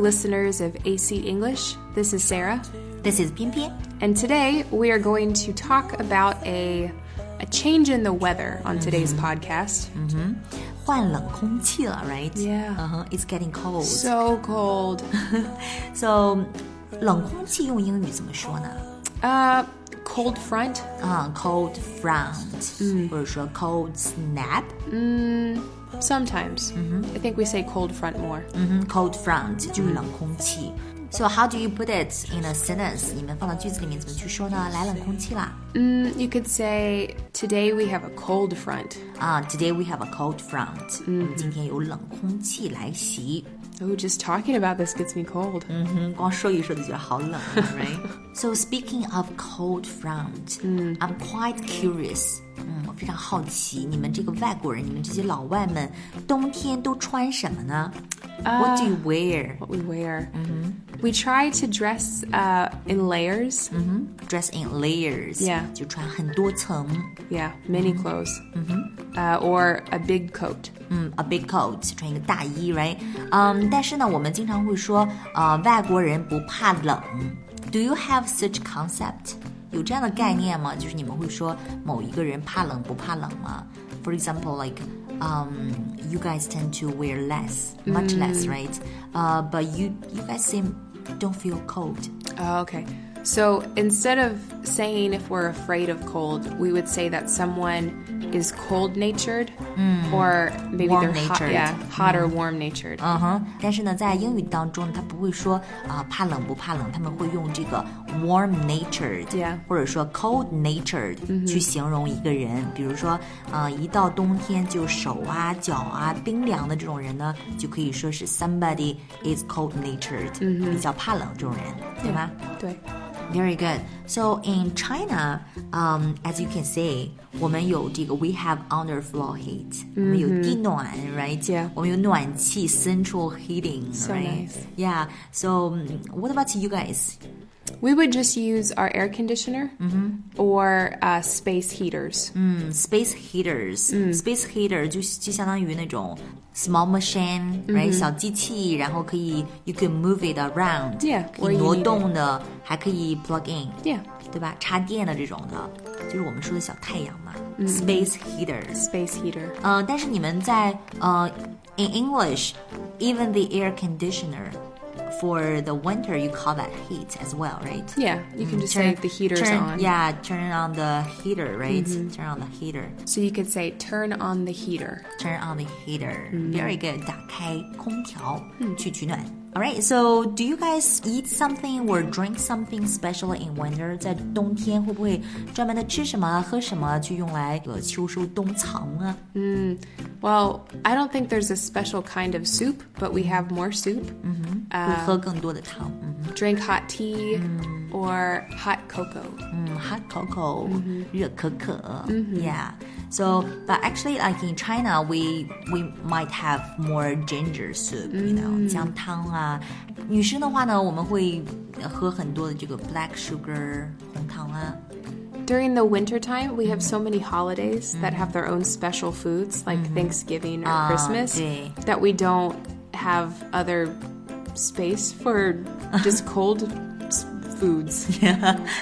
listeners of AC English. This is Sarah, This is 偏偏。 and today we are going to talk about a a change in the weather on today's podcast. 换冷空气了，right? Yeah. Uh-huh, it's getting cold. So cold. So, 冷空气用英语怎么说呢？ Uh, cold front. 啊、c o l d front，、或 Mm. 者说 cold snap， Sometimes I think we say cold front more. 嗯哼，cold Mm, front 就是冷空气。So Mm. how do you put it in a sentence？你们放到句子里面怎么去说呢？来冷空气啦！ Mm, you could say today we have a cold front. 啊、t o d a y we have a cold front、我 Mm. 们今天有冷空气来袭。 Oh, just talking about this gets me cold. 光说一说就觉得好冷啊，right? So speaking of cold front，嗯，I'm quite curious，嗯，我非常好奇，你们这个外国人，你们这些老外们，冬天都穿什么呢、w h a t do you wear? What we wear. We try to dress uh, in layers. Dress in layers，、 Yeah 就穿很多层， Yeah, many clothes. Uh, or a big coat. 嗯，a big coat，穿一个大衣，right？嗯、但是呢，我们经常会说，呃，外国人不怕冷。Do you have such concept？有这样的概念吗？就是你们会说某一个人怕冷不怕冷吗？For example, like, um, you guys tend to wear less, much less, right? Uh, but you you guys seem don't feel cold. Oh, okay. So instead of saying if we're afraid of cold, we would say that someone is cold natured or maybe they're hot, Hmm. Warm-natured. Hmm. yeah, hot or warm natured. 嗯哼，但是呢，在英语当中，他不会说啊、怕冷不怕冷，他们会用这个 warm natured，、 Yeah 或者说 cold natured、去形容一个人。比如说，啊、一到冬天就手啊、脚啊冰凉的这种人呢，就可以说是 somebody is cold natured，、比较怕冷这种人，对吗？Very good. So in China, um, as you can see, 我们有这个 we have underfloor heat，、我们有地暖，right？ Yeah. 我们有暖气 central heating, So right? nice. Yeah. So mm, what about you guys? We would just use our air conditioner or uh, space heaters. Mm-hmm. Mm, Space heaters. Space heater 就就相当于那种 small machine, right? 小机器，然后可以 you can move it around, Yeah, where 可 you need it. 以挪动的，还可以 plug in. Yeah, 对吧？插电的这种的，就是我们说的小太阳嘛、s p a c e heaters。 space heater. 呃，但是你们在呃，in English，even the air conditioner for the winter you call that heat as well, right? Yeah, you can just say the heater's Mm. turn, on. Mm-hmm. Yeah, turn on the heater, right? Turn on the heater. So you could say turn on the heater. Turn on the heater. Very good. 打开空调、去取暖。All right. So, do you guys eat something or drink something special in winter? 在冬天会不会专门的吃什么、喝什么，去用来呃秋收冬藏啊呢？ Well, I don't think there's a special kind of soup, but we have more soup. 会喝更多的汤。嗯 Drink hot tea or hot cocoa. 嗯，hot cocoa，、热可可。Yeah. So, but actually, like in China, we we might have more ginger soup, you know，、姜汤啊。女生的话呢，我们会喝很多的这个 black sugar 红糖啊。 During the wintertime, we have so many holidays that have their own special foods, like Thanksgiving or Christmas, okay. that we don't have other space for just cold s- foods.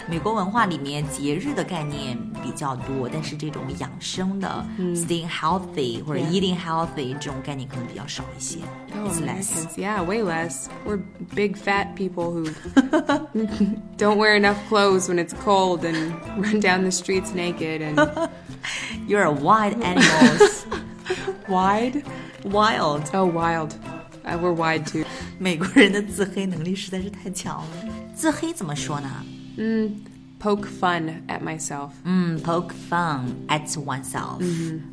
美国文化里面节日的概念比较多，但是这种养生的、staying healthy 或者 Yeah. eating healthy 这种概念可能比较少一些。 Oh, It's less. Americans, yeah, way less. We're big fat people who don't wear enough clothes when it's cold and run down the streets naked and You're a wild animals, wide. wild. Oh, wild. Uh, we're wide too. 美国人的自黑能力实在是太强了。自黑怎么说呢？ Poke fun at myself. 嗯，poke fun at oneself.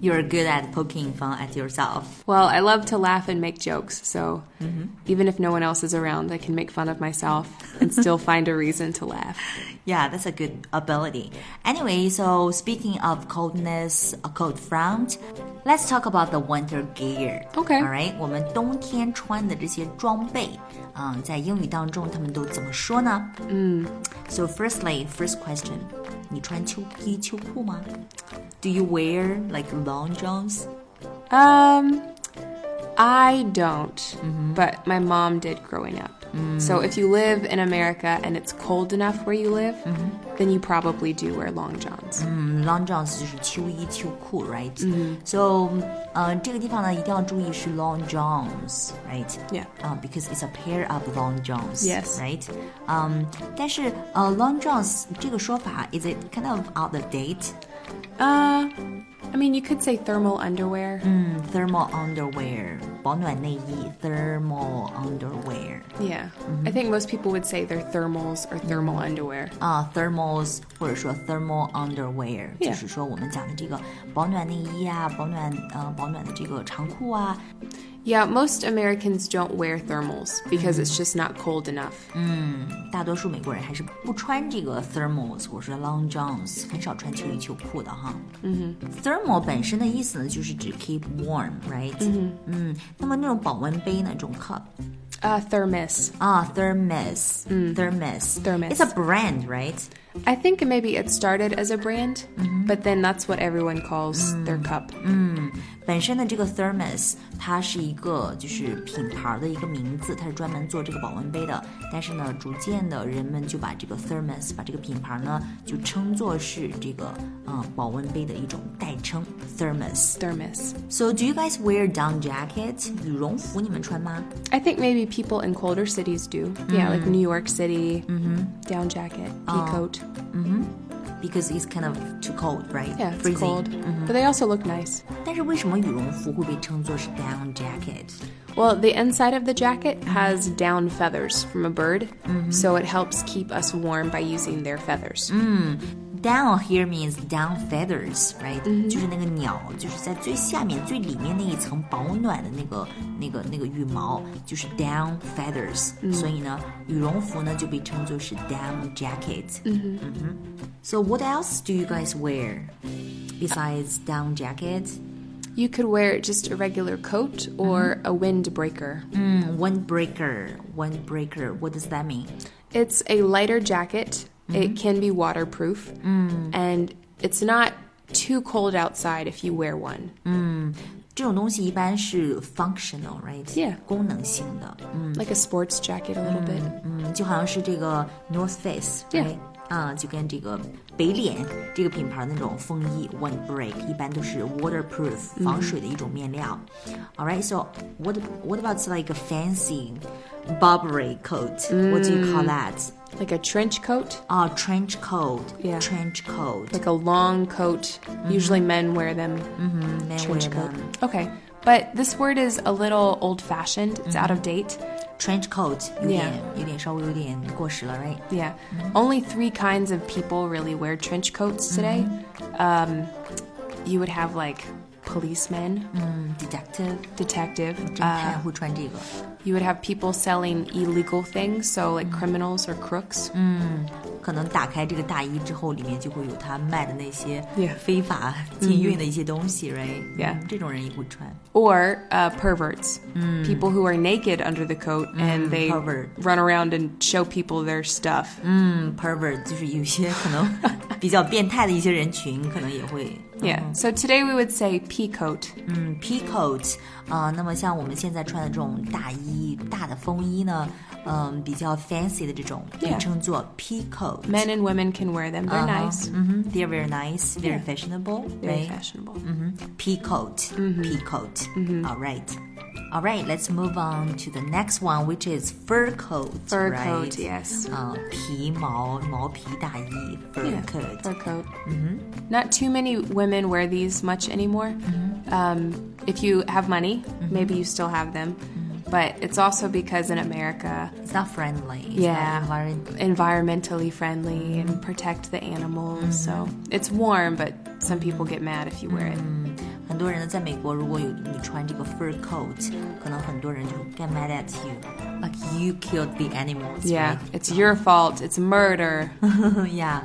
You're good at poking fun at yourself. Well, I love to laugh and make jokes, so even if no one else is around, I can make fun of myself and still find a reason to laugh. Yeah, that's a good ability. Anyway, so speaking of coldness, a cold front, let's talk about the winter gear. Okay. All right, 我们冬天穿的这些装备，嗯，在英语当中他们都怎么说呢？嗯，So firstly, first question, 你穿秋衣秋裤吗？Do you wear like long johns? Um, I don't, but my mom did growing up. So if you live in America and it's cold enough where you live, then you probably do wear long johns. long johns 就是秋衣秋裤，right？嗯，so 呃这个地方呢一定要注意是 long johns，right？ Yeah. 啊、b e c a u s e it's a pair of long johns。 Yes. Right？嗯、但是呃、long johns 这个说法 is it kind of out of date？ Uh, I mean, you could say thermal underwear. thermal underwear，保暖内衣，thermal underwear， Yeah. I think most people would say they're thermals or thermal underwear. 啊、t h e r m a l s 或者说 thermal underwear，、 Yeah. 就是说我们讲的这个保暖内衣啊，保暖呃保暖的这个长裤啊， Yeah, most Americans don't wear thermals because it's just not cold enough. 大多数美国人还是不穿这个 thermals 或者说 long johns，很少穿秋衣秋裤的哈。嗯，thermal 本身的意思呢，就是指 keep warm，right？嗯那么那种保温杯呢，这种 cup Uh, thermos. 啊，thermos，嗯，thermos，thermos，it's Thermos a brand，right？ I think maybe it started as a brand, but then that's what everyone calls their cup. 本身的这个 thermos 它是一个就是品牌的一个名字，它是专门做这个保温杯的。但是呢，逐渐的人们就把这个 thermos 把这个品牌呢就称作是这个嗯保温杯的一种代称 thermos。 Thermos. So do you guys wear down jacket？羽绒服你们穿吗？ I think maybe people in colder cities do. Yeah, like New York City, down jacket, peacoat. Because it's kind of too cold, right? Yeah, it's Freezing. cold. But they also look nice. 但是为什么羽绒服会被称作是 down jacket？ Well, the inside of the jacket has down feathers from a bird, so it helps keep us warm by using their feathers. Down here means down feathers, right？、就是那个鸟，就是在最下面、最里面那一层保暖的那个、那个、那个羽毛，就是 down feathers、所以呢，羽绒服呢就被称作是 down jacket。嗯哼 So what else do you guys wear besides down jacket? You could wear just a regular coat or a Mm-hmm. windbreaker. Mm, Windbreaker, windbreaker. What does that mean? It's a lighter jacket. Mm-hmm. It can be waterproof, Mm. and it's not too cold outside if you wear one. 这种东西一般是 functional, right? Yeah. 功能性的。 Like a sports jacket, a little bit. 嗯，就好像是这个 North Face， Yeah. 对，啊，就跟这个北脸这个品牌那种风衣 Windbreak 一般都是 waterproof 嗯防水的一种面料。All right, so what what about like a fancy Burberry coat? What do you call Mm that? Like a trench coat, 啊、t r e n c h coat, Yeah. trench coat. like a long coat. Usually men wear them. Mm-hmm. Men Trench wear coat. them. Okay, but this word is a little old fashioned, it's Mm-hmm. out of date. Trench coat 有 Yeah. 点有点稍微有点过时了，right？ Yeah. Mm-hmm. Only three kinds of people really wear trench coats today. Mm-hmm. Um, you would have like policemen, 嗯，detective， detective. 侦 Uh, 探会穿这个。 you would have people selling illegal things, so like Mm. criminals or crooks. 可能打开这个大衣之后，里面就会有他卖的那些 Yeah. 嗯非法禁运的一些东西，right？ Yeah. 嗯这种人也会穿。 Or uh, perverts, people who are naked under the coat and they Mm. pervert. Mm. run around and show people their stuff. 嗯，pervert 就是有些可能比较变态的一些人群，可能也会。 Yeah. So today we would say pea coat. 嗯，peacoat 啊、那么像我们现在穿的这种大衣、大的风衣呢，嗯、比较 fancy 的这种 Yeah. 也称作 peacoat。 Men and women can wear them. They're nice. 嗯哼，they're very nice, very fashionable, Very Uh-huh. Mm. right? Mm. fashionable. peacoat, Mm-hmm. peacoat. All right. All right, let's move on to the next one, which is fur coat. Fur right? Uh, coat, yes. 呃，皮毛毛皮大衣 fur Yeah, coat. Mm-hmm. Fur coat. Not too many women wear these much anymore. Mm-hmm. Um, if you have money, maybe you still have them. Mm-hmm. But it's also because in America, It's not friendly. It's Yeah. Not environment. environmentally friendly Mm-hmm. and protect the animals. So it's warm, but some people get mad if you wear it. Mm-hmm. 很多人呢，在美国如果有你穿这个 fur coat，可能很多人就 get mad at you. Like you killed the animals. Yeah, it's your fault. It's murder. Right? yeah.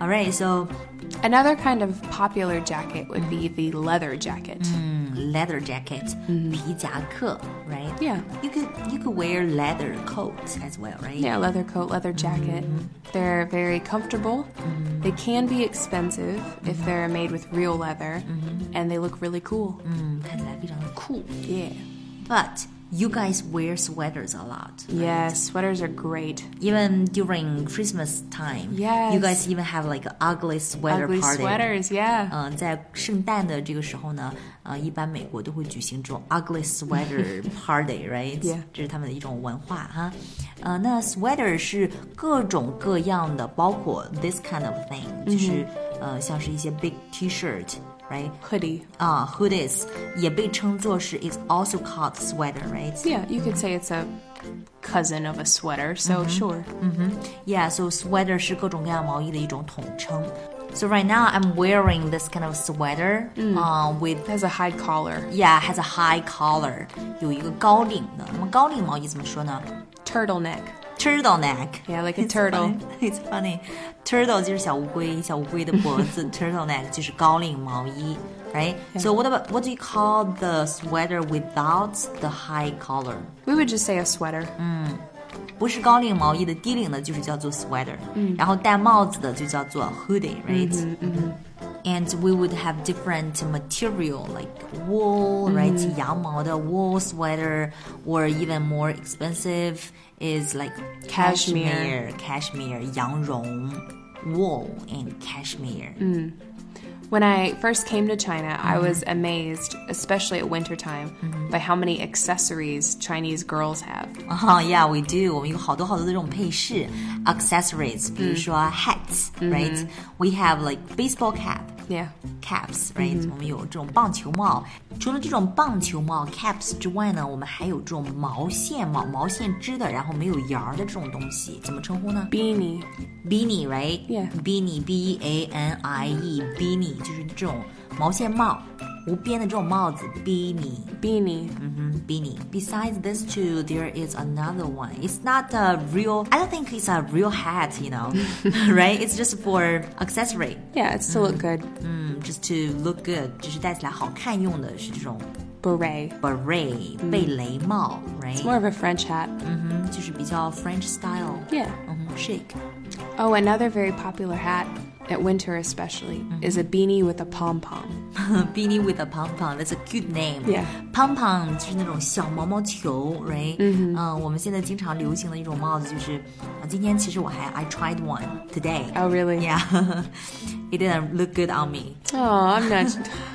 All right. So Another kind of popular jacket would be the leather jacket. Mm-hmm. leather jacket, Mm-hmm. 皮夹克, right? Yeah. You could you could wear leather coat as well, right? Yeah, leather coat, leather jacket. They're very comfortable. They can be expensive if they're made with real leather, and they look really cool. 嗯，看起来非常的酷。 Yeah. But You guys wear sweaters a lot. right? Yes, sweaters are great. Even during Christmas time. Yes. You guys even have like an ugly sweater Ugly party. sweaters, yeah. 嗯，在圣诞的这个时候呢，呃，一般美国都会举行这种 ugly sweater party，right？ Yeah 这是他们的一种文化哈。呃，那 sweater 是各种各样的，包括 this kind of thing，就是、呃，像是一些 big T-shirt，right？ Hoodie. 啊、h o o d i e s 也被称作是 is also called sweater，right？ Yeah, you could say it's a cousin of a sweater, so sure. Yeah, so sweater 是各种各样毛衣的一种统称。So right now I'm wearing this kind of sweater, uh, with It has a high collar. yeah has a high collar，有一个高领的。那么高领毛衣怎么说呢 Turtleneck. ？Turtle neck。 Yeah, like a It's turtle. funny. It's funny. Turtle 就是小乌龟，小乌龟的脖子。Turtle neck 就是高领毛衣，right? So what about what do you call the sweater without the high collar？ We would just say a sweater. 不是高领毛衣的，低领的就是叫做 sweater，、然后戴帽子的就叫做 hoodie，right？、And we would have different material like wool, right? 羊毛的 wool sweater, or even more expensive is like Cashmere. cashmere, cashmere 羊绒 wool and cashmere. When I first came to China, I was amazed, especially at wintertime, by how many accessories Chinese girls have. 啊、y e a h we do. 我们有好多好多的这种配饰 accessories，比如说 hats, right? We have like baseball cap. Yeah. caps right？、我们有这种棒球帽。除了这种棒球帽 caps 之外呢，我们还有这种毛线帽、毛线织的，然后没有沿儿的这种东西，怎么称呼呢 Beanie. ？beanie right？ Yeah beanie b e a n i e beanie 就是这种毛线帽。无边的这种帽子，beanie， Beanie. 嗯哼，beanie。Besides these two, there is another one. It's not a real. I don't think it's a real hat, you know, right? It's just for accessory. Yeah, it's to look good. 嗯，just to look good，就是戴起来好看用的是这种 Beret. beret 贝雷帽、r i g More of h a French hat. t 嗯哼，就是比较 French style， Yeah. 嗯哼，chic。 Oh, another very popular hat, at winter especially, is a beanie with a pom pom. Beanie with a pom pom，that's a cute name。 Yeah. pom pom 就是那种小毛毛球，right？嗯、Mm-hmm。我们现在经常流行的一种帽子就是，啊，今天其实我还 I tried one today。 Oh, really? Yeah，it didn't look good on me。 Oh, I'm not.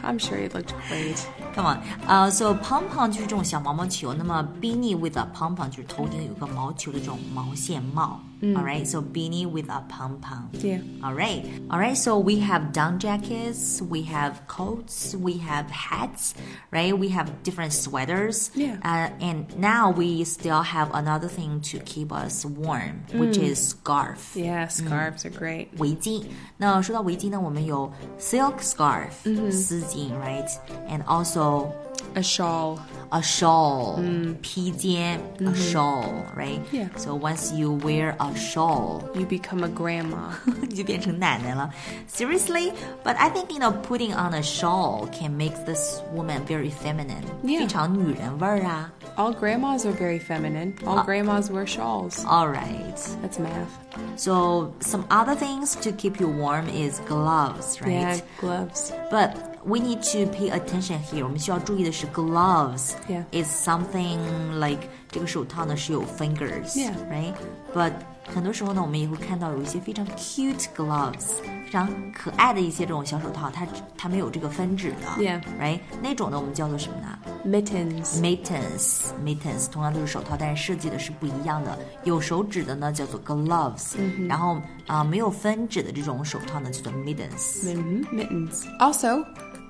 I'm sure it looked great. Come on，呃、s o pom pom 就是这种小毛毛球，那么 beanie with a pom pom 就是头顶有个毛球的这种毛线帽。All right, so beanie with a pom pom. Yeah. All right, all right. So we have down jackets, we have coats, we have hats, right? We have different sweaters. Yeah. Uh, and now we still have another thing to keep us warm, which is scarf. Mm. Yeah, scarves are great. 围巾。那说到围巾呢，我们有 silk scarf，、丝巾，right？And also A shawl. a shawl, 披肩，a shawl, right? Yeah. So once you wear a shawl, You become a grandma. 你就变成奶奶了。Seriously, but I think you know putting on a shawl can make this woman very feminine，、 Yeah. 非常女人味儿啊。 All grandmas are very feminine. All grandmas wear shawls. All right. That's math. So some other things to keep you warm is gloves, Yeah, right? gloves. But we need to pay attention here. 我们需要注意的是，gloves Yeah. is something like 这个手套呢是有 fingers, Yeah. right? But 很多时候呢，我们也会看到有一些非常 cute gloves，非常可爱的一些这种小手套，它它没有这个分指的 Yeah. right？那种呢，我们叫做什么呢 Mittens. ？mittens mittens 同样都是手套，但是设计的是不一样的。有手指的呢叫做 gloves，、然嗯后啊、没有分指的这种手套呢叫做 mittens。 Mhm, Mittens. Also,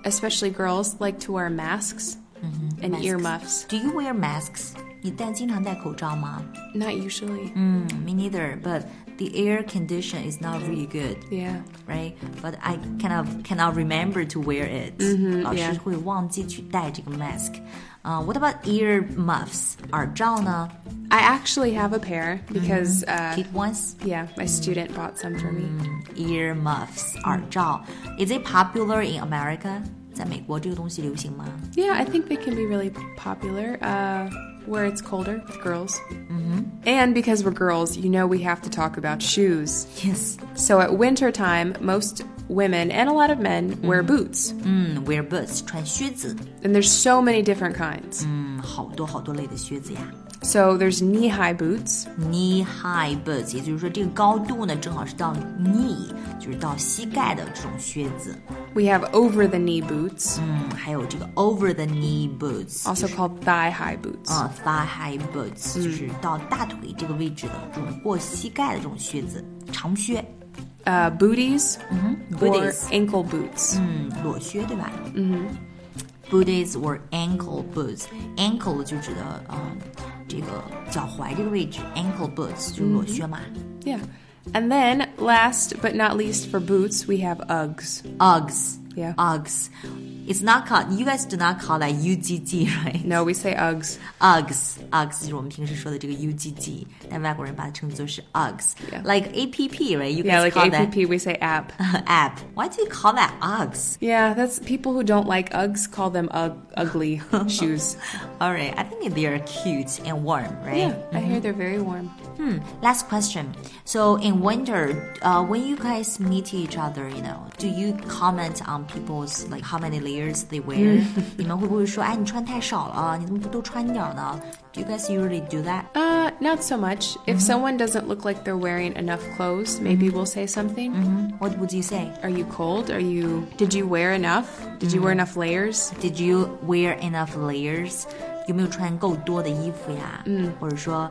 especially girls like to wear Mm-hmm. masks and masks. earmuffs. Do you wear masks? 你戴经常戴口罩吗 Not usually. ？Me neither. But the air condition is not really good, Yeah. right? But I kind of cannot remember to wear it. 老师 Mm-hmm, yeah. 会忘记去戴这个 mask. 啊、w h a t about ear muffs? 耳罩呢 I actually have a pair because, uh, ？Kid ones? yeah, my student bought some for me. Ear muffs. 耳罩 Is it popular in America? 在美国这个东西流行吗？ Yeah, I think they can be really popular uh, where it's colder with girls. Mm-hmm. And because we're girls, you know we have to talk about shoes. Yes. So at winter time, most women and a lot of men wear boots. 嗯，wear Mm, boots 穿靴子， And there's so many different kinds. 嗯，好多好多类的靴子呀。 So there's knee high boots, knee high boots，也就是说这个高度呢，正好是到 knee，就是到膝盖的这种靴子。 we have over the knee boots, 嗯，还有这个 over the knee boots， also called thigh high boots. 啊、t h i g h high boots、就是到大腿这个位置的这种过膝盖的这种靴子，长靴， Uh, booties or booties ankle boots. 嗯，裸靴对吧？嗯。Booties or ankle boots. Ankle 就指的嗯，这个脚踝这个位置，ankle boots 就是裸靴嘛。 Yeah. And then last but not least for boots, we have Uggs. Uggs. Yeah. Uggs. It's not called, you guys do not call that UGG, right? No, we say Uggs. Uggs. Uggs 就是我们平时说的这个 UGG，但外国人把它称作是 Uggs. Yeah. Like APP, right? You guys Yeah, like call APP, we say app. that app. Why do you call that Uggs? Yeah, that's people who don't like Uggs call them ug- ugly shoes. All right, I think they are cute and warm, right? Yeah, I hear they're very warm. Last question. So in winter, uh, when you guys meet each other, you know, do you comment on people's like how many layers they wear? Mm. 你们会不会说，哎，你穿太少了啊？你怎么不多穿点儿呢？Do you guys usually do that? Uh, not so much. If someone doesn't look like they're wearing enough clothes, maybe we'll say something. What would you say? Are you cold? Are you? Did you wear enough? Did you wear enough layers? Did you wear enough layers? 有没有穿够多的衣服呀？嗯，或者说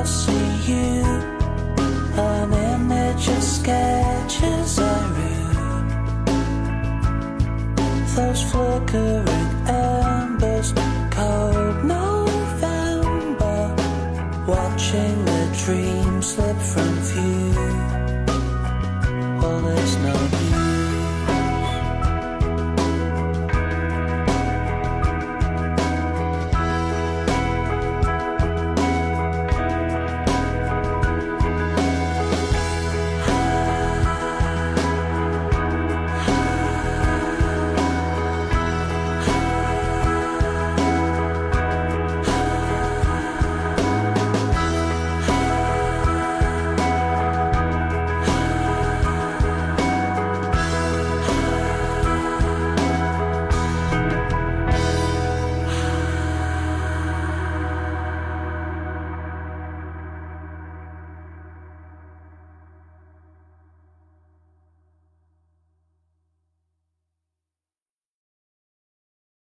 see you. An image of sketches I rue. Those flickering embers, cold November. Watching the dream slip from view. Well, there's no you.